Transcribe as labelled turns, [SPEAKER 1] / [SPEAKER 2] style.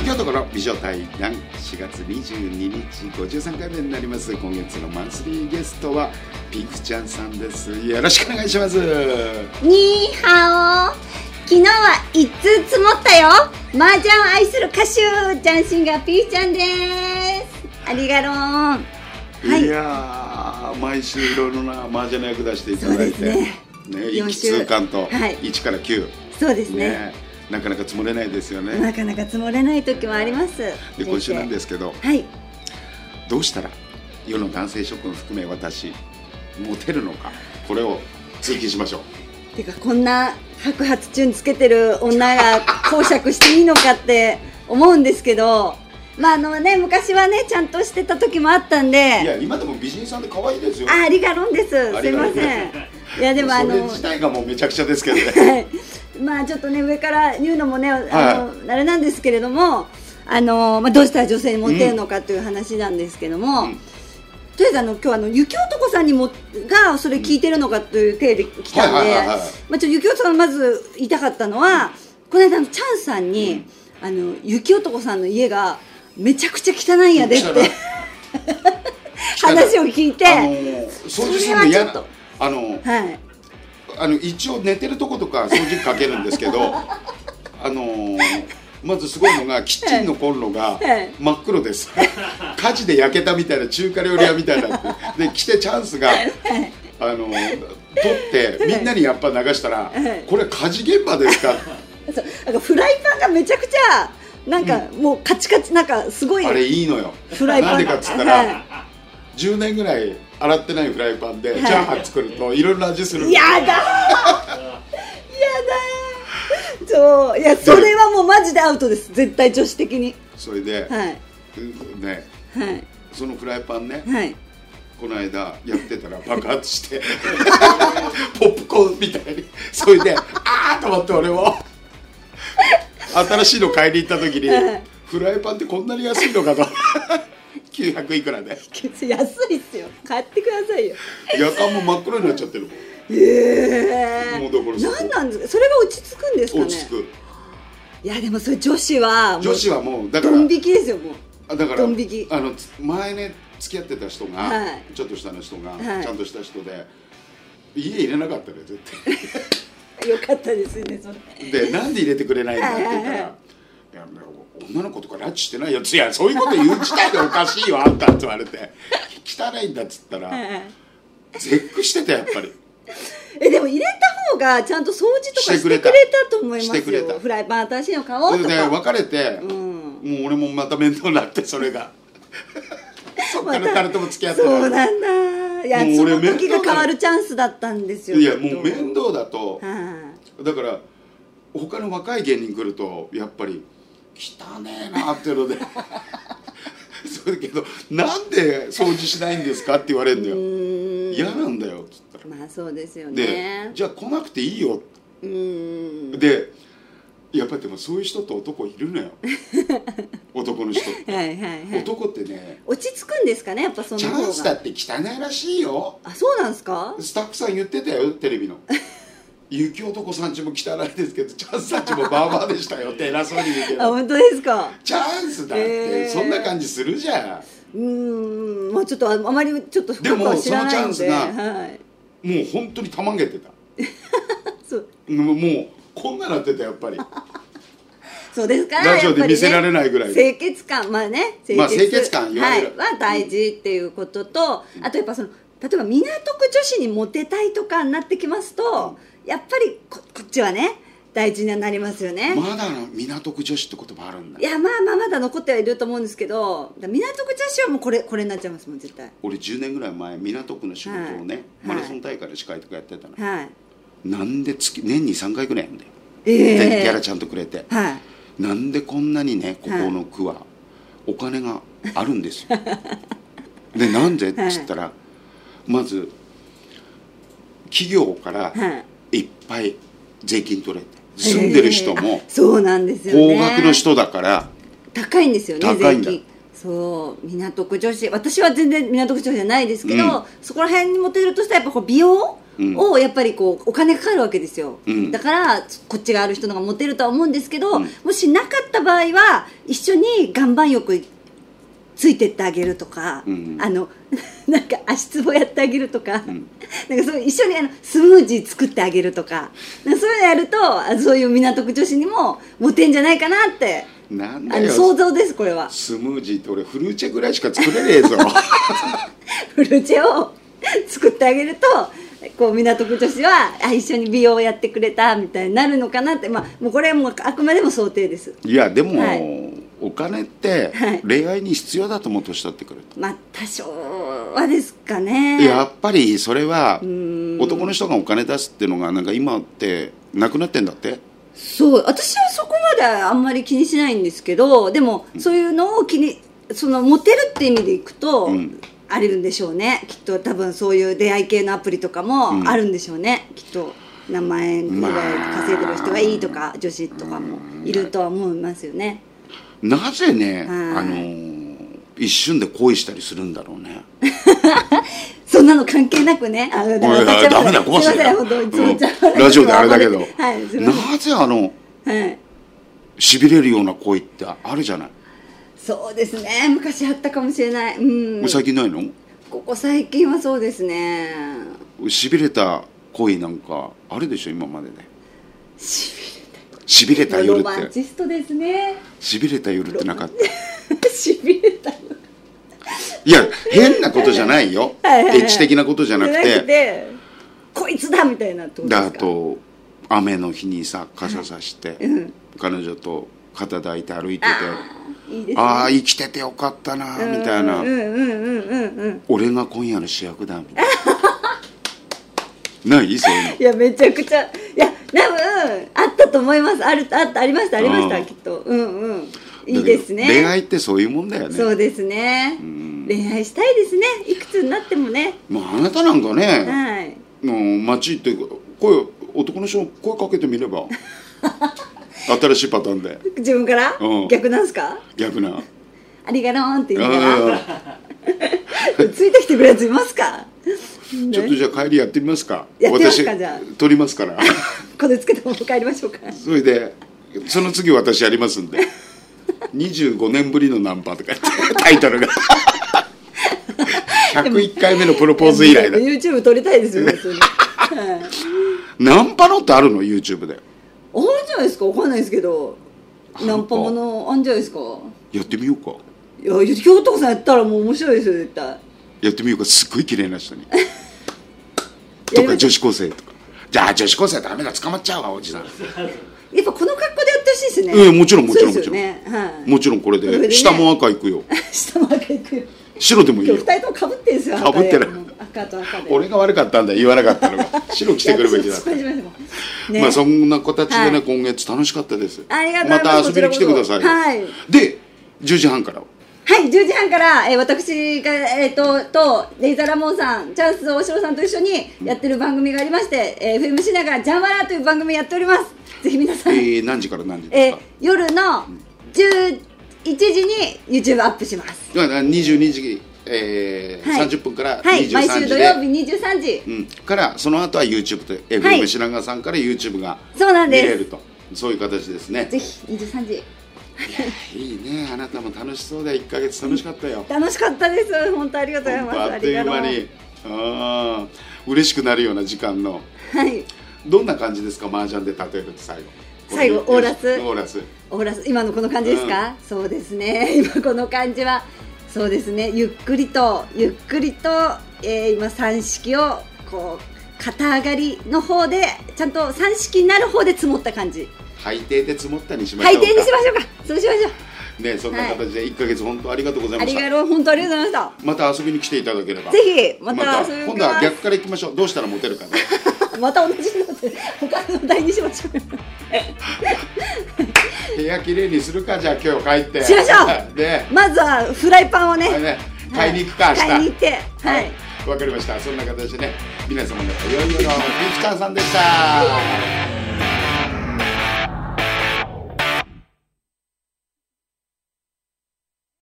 [SPEAKER 1] 女対談4月22日53回目になります今月のマンスリーゲストはピンクちゃんさんですよろしくお願いします
[SPEAKER 2] にーはお昨日は一通積もったよ麻雀を愛する歌手ジャンシンガーピーちゃんですありがろんはい
[SPEAKER 1] いやー毎週いろいろな麻雀の役出していただい
[SPEAKER 2] そ
[SPEAKER 1] て
[SPEAKER 2] うですね
[SPEAKER 1] ね一
[SPEAKER 2] 四
[SPEAKER 1] 気
[SPEAKER 2] 週
[SPEAKER 1] 通貫と
[SPEAKER 2] はい
[SPEAKER 1] 1から9
[SPEAKER 2] そうです
[SPEAKER 1] ね
[SPEAKER 2] ね
[SPEAKER 1] なかなか積もれないですよね
[SPEAKER 2] なかなか積もれない時もあります
[SPEAKER 1] で今週なんですすけど
[SPEAKER 2] はい
[SPEAKER 1] どうしたら世の男性諸君含め私モテるのかこれを追求しましょう
[SPEAKER 2] てかこんな白髪中につけてる女が講釈していいのかって思うんですけどまああのね昔はねちゃんとしてた時もあったん
[SPEAKER 1] い
[SPEAKER 2] で
[SPEAKER 1] や今でも美人さんで可愛いですよ
[SPEAKER 2] あありがろんです
[SPEAKER 1] あ
[SPEAKER 2] す
[SPEAKER 1] り
[SPEAKER 2] い
[SPEAKER 1] がろ
[SPEAKER 2] ま
[SPEAKER 1] ん
[SPEAKER 2] せんいやでもあ
[SPEAKER 1] それ
[SPEAKER 2] の
[SPEAKER 1] 自体がもうめちゃくちゃですけどね
[SPEAKER 2] はい まあちょっとね上から言うのもねあの、
[SPEAKER 1] は
[SPEAKER 2] あれなんですけれどもあの、まあ、どうしたら女性にモテるのかという話なんですけども、
[SPEAKER 1] うん
[SPEAKER 2] とりあえずあの今日はあの雪男さんにもがそれ聞いてるのかという経緯で来たんで
[SPEAKER 1] はいはいはいはい
[SPEAKER 2] まあちょっと雪男さんがまず言いたかったのは、この間のチャンさんに、あの雪男さんの家がめちゃくちゃ汚いんや でって
[SPEAKER 1] 汚い
[SPEAKER 2] 話を聞いて、
[SPEAKER 1] あの掃除するの嫌な
[SPEAKER 2] それはちょっと
[SPEAKER 1] あの
[SPEAKER 2] はい。
[SPEAKER 1] あの一応寝てるとことか掃除機かけるんですけ どあのまずすごいのがキッチンのコンロが
[SPEAKER 2] ええ
[SPEAKER 1] 真っ黒です火事で焼けたみたいな中華料理屋みたいなで来てチャンスがあの取ってみんなにやっぱ流したら
[SPEAKER 2] ええ
[SPEAKER 1] 「これ火事現場ですか?」
[SPEAKER 2] そうなんかフライパンがめちゃくちゃなんかもうカチカチなんかすごい
[SPEAKER 1] あれいいのよ
[SPEAKER 2] フライパン
[SPEAKER 1] なんでかっつった
[SPEAKER 2] はい
[SPEAKER 1] ら10年ぐらい洗ってないフライパンでチ
[SPEAKER 2] い
[SPEAKER 1] ャーハン作るといろいろな味する
[SPEAKER 2] やだーやだーそういやそれはもうマジでアウトです絶対女子的に
[SPEAKER 1] それで、
[SPEAKER 2] はい
[SPEAKER 1] うんね
[SPEAKER 2] はい
[SPEAKER 1] そのフライパンね
[SPEAKER 2] はい
[SPEAKER 1] この間やってたら爆発して ポップコーンみたいにそれでああと思って俺も新しいの買いに行った時に
[SPEAKER 2] はい
[SPEAKER 1] フライパンってこんなに安いのかと 900いくらで
[SPEAKER 2] 安いっすよ買ってくださいよ
[SPEAKER 1] 夜間も真っ黒になっちゃってるもん
[SPEAKER 2] ええ
[SPEAKER 1] もうだからそこ
[SPEAKER 2] 何なんですかそれが落ち着くんですかね
[SPEAKER 1] 落ち着く
[SPEAKER 2] いやでもそれ女子はもう
[SPEAKER 1] 女子はもうだか
[SPEAKER 2] ド
[SPEAKER 1] ら
[SPEAKER 2] ン引きですよもう
[SPEAKER 1] あだから
[SPEAKER 2] ドン引き
[SPEAKER 1] あのつ前ね付き合ってた人が、
[SPEAKER 2] はい
[SPEAKER 1] ちょっと下の人が、
[SPEAKER 2] はい
[SPEAKER 1] ちゃんとした人で家入れなかったのよ絶
[SPEAKER 2] よかったですねそれ
[SPEAKER 1] 対でなんで入れてくれないんだって言ったら
[SPEAKER 2] はいはいいはい
[SPEAKER 1] や女の子とか拉致してないよつやそういうこと言う自体でおかしいよあんたって言われて汚いんだっつったら、
[SPEAKER 2] はい
[SPEAKER 1] 絶句してたやっぱり
[SPEAKER 2] えでも入れた方がちゃんと掃除とかしてくれたと思いますよ
[SPEAKER 1] してくれた
[SPEAKER 2] フライパン新しいの買おう
[SPEAKER 1] それ
[SPEAKER 2] と
[SPEAKER 1] で
[SPEAKER 2] か、
[SPEAKER 1] 別れて、
[SPEAKER 2] うん、
[SPEAKER 1] もう俺もまた面倒になってそれ がそっから誰とも付き合って
[SPEAKER 2] そう
[SPEAKER 1] ない
[SPEAKER 2] なんだいや
[SPEAKER 1] もう
[SPEAKER 2] そ
[SPEAKER 1] 俺
[SPEAKER 2] の
[SPEAKER 1] 面倒
[SPEAKER 2] 時が
[SPEAKER 1] だよ
[SPEAKER 2] 変わるチャンスだったんですよ
[SPEAKER 1] いや
[SPEAKER 2] きっ
[SPEAKER 1] も
[SPEAKER 2] と
[SPEAKER 1] う面倒だと、
[SPEAKER 2] は
[SPEAKER 1] だから他の若い芸人来るとやっぱり汚ねえなっていうので そうだけどなんで掃除しないんですかって言われるんだ
[SPEAKER 2] いう
[SPEAKER 1] よ
[SPEAKER 2] ーん
[SPEAKER 1] 嫌なんだよっつったら
[SPEAKER 2] まあそうですよ
[SPEAKER 1] で
[SPEAKER 2] ね
[SPEAKER 1] じゃあ来なくていいよ
[SPEAKER 2] うーん
[SPEAKER 1] でやっぱりでもそういう人と男いるのよ男の人って
[SPEAKER 2] はいはいはい
[SPEAKER 1] 男ってね
[SPEAKER 2] 落ち着くんですかねやっぱその
[SPEAKER 1] チ
[SPEAKER 2] 方
[SPEAKER 1] ャンスだ
[SPEAKER 2] が
[SPEAKER 1] って汚いらしいよ
[SPEAKER 2] あそうなんですか
[SPEAKER 1] スタッフさん言ってたよテレビの雪男さんちも汚いですけどチャンスさんちもバーバーでしたよって偉そうに言うけ
[SPEAKER 2] あ
[SPEAKER 1] ど
[SPEAKER 2] 本当ですか
[SPEAKER 1] チャンスだって、
[SPEAKER 2] えー
[SPEAKER 1] そんな感じするじゃ
[SPEAKER 2] うーんまあちょっとああまりちょっと
[SPEAKER 1] で
[SPEAKER 2] 深く
[SPEAKER 1] も
[SPEAKER 2] は知らないんで
[SPEAKER 1] そのチャンス
[SPEAKER 2] はい
[SPEAKER 1] んもう本当にたまげてた
[SPEAKER 2] そう
[SPEAKER 1] もうもうこんななってたやっぱり
[SPEAKER 2] そうですから
[SPEAKER 1] ラジオで
[SPEAKER 2] やっぱりね
[SPEAKER 1] 見せられないぐらい
[SPEAKER 2] 清潔感まあね
[SPEAKER 1] まあ清潔感いわ
[SPEAKER 2] は
[SPEAKER 1] ゆ
[SPEAKER 2] い、
[SPEAKER 1] る
[SPEAKER 2] は大事っていうことと、あとやっぱその例えば港区女子にモテたいとかになってきますと、やっぱりここっちはね大事になりますよね、
[SPEAKER 1] まだの港区女子って言葉あるんだ
[SPEAKER 2] いやまあまあまだ残ってはいると思うんですけどだから港区女子はもうこれこれになっちゃいますもん絶対
[SPEAKER 1] 俺10年ぐらい前港区の仕事をね、
[SPEAKER 2] はい
[SPEAKER 1] マラソン大会の司会とかやってたの、
[SPEAKER 2] はい
[SPEAKER 1] なんで月年に3回ぐらいやんだよ、
[SPEAKER 2] え
[SPEAKER 1] でギャラ
[SPEAKER 2] え
[SPEAKER 1] ちゃんとくれて
[SPEAKER 2] はい
[SPEAKER 1] なんでこんなにねここの区はお金があるんですよでなんでっつったら、まず企業から
[SPEAKER 2] はい
[SPEAKER 1] いっぱい税金取れて住んでる人
[SPEAKER 2] ええ
[SPEAKER 1] も
[SPEAKER 2] あそうなんですよ
[SPEAKER 1] 高
[SPEAKER 2] ね
[SPEAKER 1] 額の人だから
[SPEAKER 2] 高いんですよね
[SPEAKER 1] 高いんだ
[SPEAKER 2] 税金そう港区女子私は全然港区女子じゃないですけど、
[SPEAKER 1] うん
[SPEAKER 2] そこら辺にモテるとしたらやっぱこう美容
[SPEAKER 1] うん
[SPEAKER 2] をやっぱりこうお金かかるわけですよ、
[SPEAKER 1] うん
[SPEAKER 2] だからこっちがある人の方がモテるとは思うんですけど、
[SPEAKER 1] うん
[SPEAKER 2] もしなかった場合は一緒に岩盤浴ついてってあげるとか、
[SPEAKER 1] うん
[SPEAKER 2] あの なんか足つぼやってあげるとか、
[SPEAKER 1] ん
[SPEAKER 2] なんかそう一緒にあのスムージー作ってあげるとかなんかそういうのやるとあそういう港区女子にもモテんじゃないかなって
[SPEAKER 1] なん
[SPEAKER 2] あ
[SPEAKER 1] だ
[SPEAKER 2] の
[SPEAKER 1] よ
[SPEAKER 2] 想像ですこれは。
[SPEAKER 1] スムージーって俺フルーチェぐらいしか作れねえぞ
[SPEAKER 2] フルチェを作ってあげるとこう港区女子はあ一緒に美容をやってくれたみたいになるのかなって、まあ、もうこれはもうあくまでも想定です
[SPEAKER 1] いやでも、
[SPEAKER 2] はい
[SPEAKER 1] お金って
[SPEAKER 2] はい
[SPEAKER 1] 恋愛に必要だと思う年取ってくると、
[SPEAKER 2] まあ多少はですかね
[SPEAKER 1] やっぱりそれは
[SPEAKER 2] ん
[SPEAKER 1] 男の人がお金出すっていうのがなんか今ってなくなってんだって
[SPEAKER 2] そう私はそこまであんまり気にしないんですけどでもそういうのを気にそのモテるって意味でいくと、
[SPEAKER 1] うん
[SPEAKER 2] あるんでしょうねきっと多分そういう出会い系のアプリとか
[SPEAKER 1] うん
[SPEAKER 2] もあるんでしょうね、きっと何万円ぐらい稼いでる人がいいとか、女子とかもいるとは思いますよね、
[SPEAKER 1] なぜね、
[SPEAKER 2] はい
[SPEAKER 1] あのー一瞬で恋したりするんだろう ね
[SPEAKER 2] そんなの関係なくね。あ、だ
[SPEAKER 1] おいおいダメだ壊
[SPEAKER 2] す
[SPEAKER 1] す
[SPEAKER 2] い
[SPEAKER 1] んだ
[SPEAKER 2] ません、
[SPEAKER 1] よ
[SPEAKER 2] 本当に
[SPEAKER 1] う
[SPEAKER 2] そ
[SPEAKER 1] ん
[SPEAKER 2] うじゃ
[SPEAKER 1] ラジオであれだけど
[SPEAKER 2] はい、すいません
[SPEAKER 1] なぜあの
[SPEAKER 2] はい。
[SPEAKER 1] しびれるような恋ってあるじゃない、
[SPEAKER 2] そうですね。昔あったかもしれない。うん
[SPEAKER 1] もう。最近ないの
[SPEAKER 2] ここ最近はそうですね。
[SPEAKER 1] しびれた恋なんかあるでしょ今までねしびれ た夜
[SPEAKER 2] ロ
[SPEAKER 1] っ
[SPEAKER 2] マン
[SPEAKER 1] て
[SPEAKER 2] チストですね。
[SPEAKER 1] しびれた夜ってなかった
[SPEAKER 2] しびれた。
[SPEAKER 1] いや変なことじゃないよ
[SPEAKER 2] はいはいはい
[SPEAKER 1] エッチ的なことじゃ なく
[SPEAKER 2] じゃ
[SPEAKER 1] て
[SPEAKER 2] てこいつだみたいなってことで
[SPEAKER 1] だ
[SPEAKER 2] すか。
[SPEAKER 1] あと雨の日にさ傘さして、
[SPEAKER 2] うん
[SPEAKER 1] 彼女と肩抱いて歩いてて
[SPEAKER 2] あー。いいですね。
[SPEAKER 1] ああ生きててよかったなみたいな、
[SPEAKER 2] うんうんうんうんうん。
[SPEAKER 1] 俺が今夜の主役だみたい なないそういうの
[SPEAKER 2] いやめちゃくちゃいや多分あったと思いますあるあったありましたありました、
[SPEAKER 1] うん
[SPEAKER 2] きっとうんうんいいですね
[SPEAKER 1] だけど恋愛ってそういうもんだよね
[SPEAKER 2] そうですね、
[SPEAKER 1] ん
[SPEAKER 2] 恋愛したいですねいくつになってもね
[SPEAKER 1] まああなたなんかね、
[SPEAKER 2] はい
[SPEAKER 1] もう街行って声男の人に声かけてみれば 新しいパターンで
[SPEAKER 2] 自分から、
[SPEAKER 1] うん
[SPEAKER 2] 逆なんすか
[SPEAKER 1] 逆な
[SPEAKER 2] ありがとうって言いなが
[SPEAKER 1] あ
[SPEAKER 2] らついてきてくれるやついますか
[SPEAKER 1] ーちょっとじゃあ帰りやってみますか
[SPEAKER 2] やってみますか
[SPEAKER 1] 私
[SPEAKER 2] じゃあ
[SPEAKER 1] 撮りますから
[SPEAKER 2] これつけたまま帰りましょうか
[SPEAKER 1] それでその次私やりますんで25年ぶりのナンパとか言ってタイト ルが101回目のプロポーズ以来だ
[SPEAKER 2] YouTube 撮りたいです よね普通にはい
[SPEAKER 1] ナンパのってあるの YouTube で
[SPEAKER 2] あるんじゃないですかわかんないですけどナンパものあんじゃないですか
[SPEAKER 1] やってみようか
[SPEAKER 2] いや雪男さんやったらもう面白いですよ絶対
[SPEAKER 1] やってみようかすっごい綺麗な人に
[SPEAKER 2] や
[SPEAKER 1] と
[SPEAKER 2] りま
[SPEAKER 1] か
[SPEAKER 2] しょ
[SPEAKER 1] 女子高生とかじゃあ女子高生ダメだ捕まっちゃうわおじさん
[SPEAKER 2] うやっぱこの格好でやってほしいですね
[SPEAKER 1] ええもちろんもちろん
[SPEAKER 2] そうですよねはい
[SPEAKER 1] もちろんこれ
[SPEAKER 2] これで
[SPEAKER 1] で
[SPEAKER 2] ね
[SPEAKER 1] 下も赤いくよ
[SPEAKER 2] 下まで行くよ
[SPEAKER 1] 白でもいい
[SPEAKER 2] 今日
[SPEAKER 1] よ
[SPEAKER 2] 二人ともかぶってんですよ
[SPEAKER 1] 被ってない
[SPEAKER 2] 赤で赤と赤で
[SPEAKER 1] 俺が悪かったんだよ言わなかったのが白着てくるべき だっ
[SPEAKER 2] 失
[SPEAKER 1] た
[SPEAKER 2] 敗しましたね
[SPEAKER 1] まあそんな子たちでね、
[SPEAKER 2] はい
[SPEAKER 1] 今月楽しかったです
[SPEAKER 2] ありがとうございます
[SPEAKER 1] また遊びに来てくださいよ
[SPEAKER 2] はい
[SPEAKER 1] で10時半から
[SPEAKER 2] はい10時半から、えー私が、えー、ととレイザーラモンさんチャンス大城さんと一緒にやってる番組がありまして、えー FM シナがジャンワラという番組やっておりますぜひ皆さん、
[SPEAKER 1] えー、何時から何時で
[SPEAKER 2] え
[SPEAKER 1] す
[SPEAKER 2] ー
[SPEAKER 1] か、
[SPEAKER 2] 夜の11時に YouTube アップします
[SPEAKER 1] だから22時、えー
[SPEAKER 2] はい
[SPEAKER 1] 30分から23時で、
[SPEAKER 2] はい毎週土曜日23時
[SPEAKER 1] うん、からその後は YouTube と
[SPEAKER 2] はい
[SPEAKER 1] FM 品川さんから YouTube が
[SPEAKER 2] そうなん
[SPEAKER 1] 見
[SPEAKER 2] です
[SPEAKER 1] れるとそういう形ですね
[SPEAKER 2] ぜひ23時
[SPEAKER 1] いいねあなたも楽しそうで1か月楽しかった よ
[SPEAKER 2] 楽しかったです本当ありがとうござい
[SPEAKER 1] 本
[SPEAKER 2] ます
[SPEAKER 1] 当あっという間
[SPEAKER 2] あり
[SPEAKER 1] にあー嬉しくなるような時間の
[SPEAKER 2] がとうはい
[SPEAKER 1] どんな感じですか麻雀で例えると最後
[SPEAKER 2] 最後
[SPEAKER 1] これ
[SPEAKER 2] オーラス
[SPEAKER 1] オーラス
[SPEAKER 2] オーラス今のこの感じですか、そうですね 今この感じはそうですねゆっくりとゆっくりと、えー今三式をこう肩上がりの方でちゃんと三式になる方で積もった感じ
[SPEAKER 1] 背底で積もったにしまし
[SPEAKER 2] 配
[SPEAKER 1] ょうか
[SPEAKER 2] 点にしましょうかそうしましょう
[SPEAKER 1] ねそんな形で1か月本当ありがとうござい
[SPEAKER 2] あ
[SPEAKER 1] まし
[SPEAKER 2] り
[SPEAKER 1] た、
[SPEAKER 2] がとう本当ありがとうございまし
[SPEAKER 1] また遊びに来ていただければ
[SPEAKER 2] たぜひまた遊びに
[SPEAKER 1] 今
[SPEAKER 2] 来
[SPEAKER 1] 度は
[SPEAKER 2] ま
[SPEAKER 1] 逆からいきましょうどうしたらモテるか ね
[SPEAKER 2] すまた同じので他の題にしましょう
[SPEAKER 1] 部屋きれいにするかじゃあ今日帰って
[SPEAKER 2] しましょ う
[SPEAKER 1] ね
[SPEAKER 2] まずはフライパンをね
[SPEAKER 1] はいね買いに行くか明日
[SPEAKER 2] 買いに行ってはい、
[SPEAKER 1] わかりましたそんな形でね皆様の良い夜をピーチカンさんでした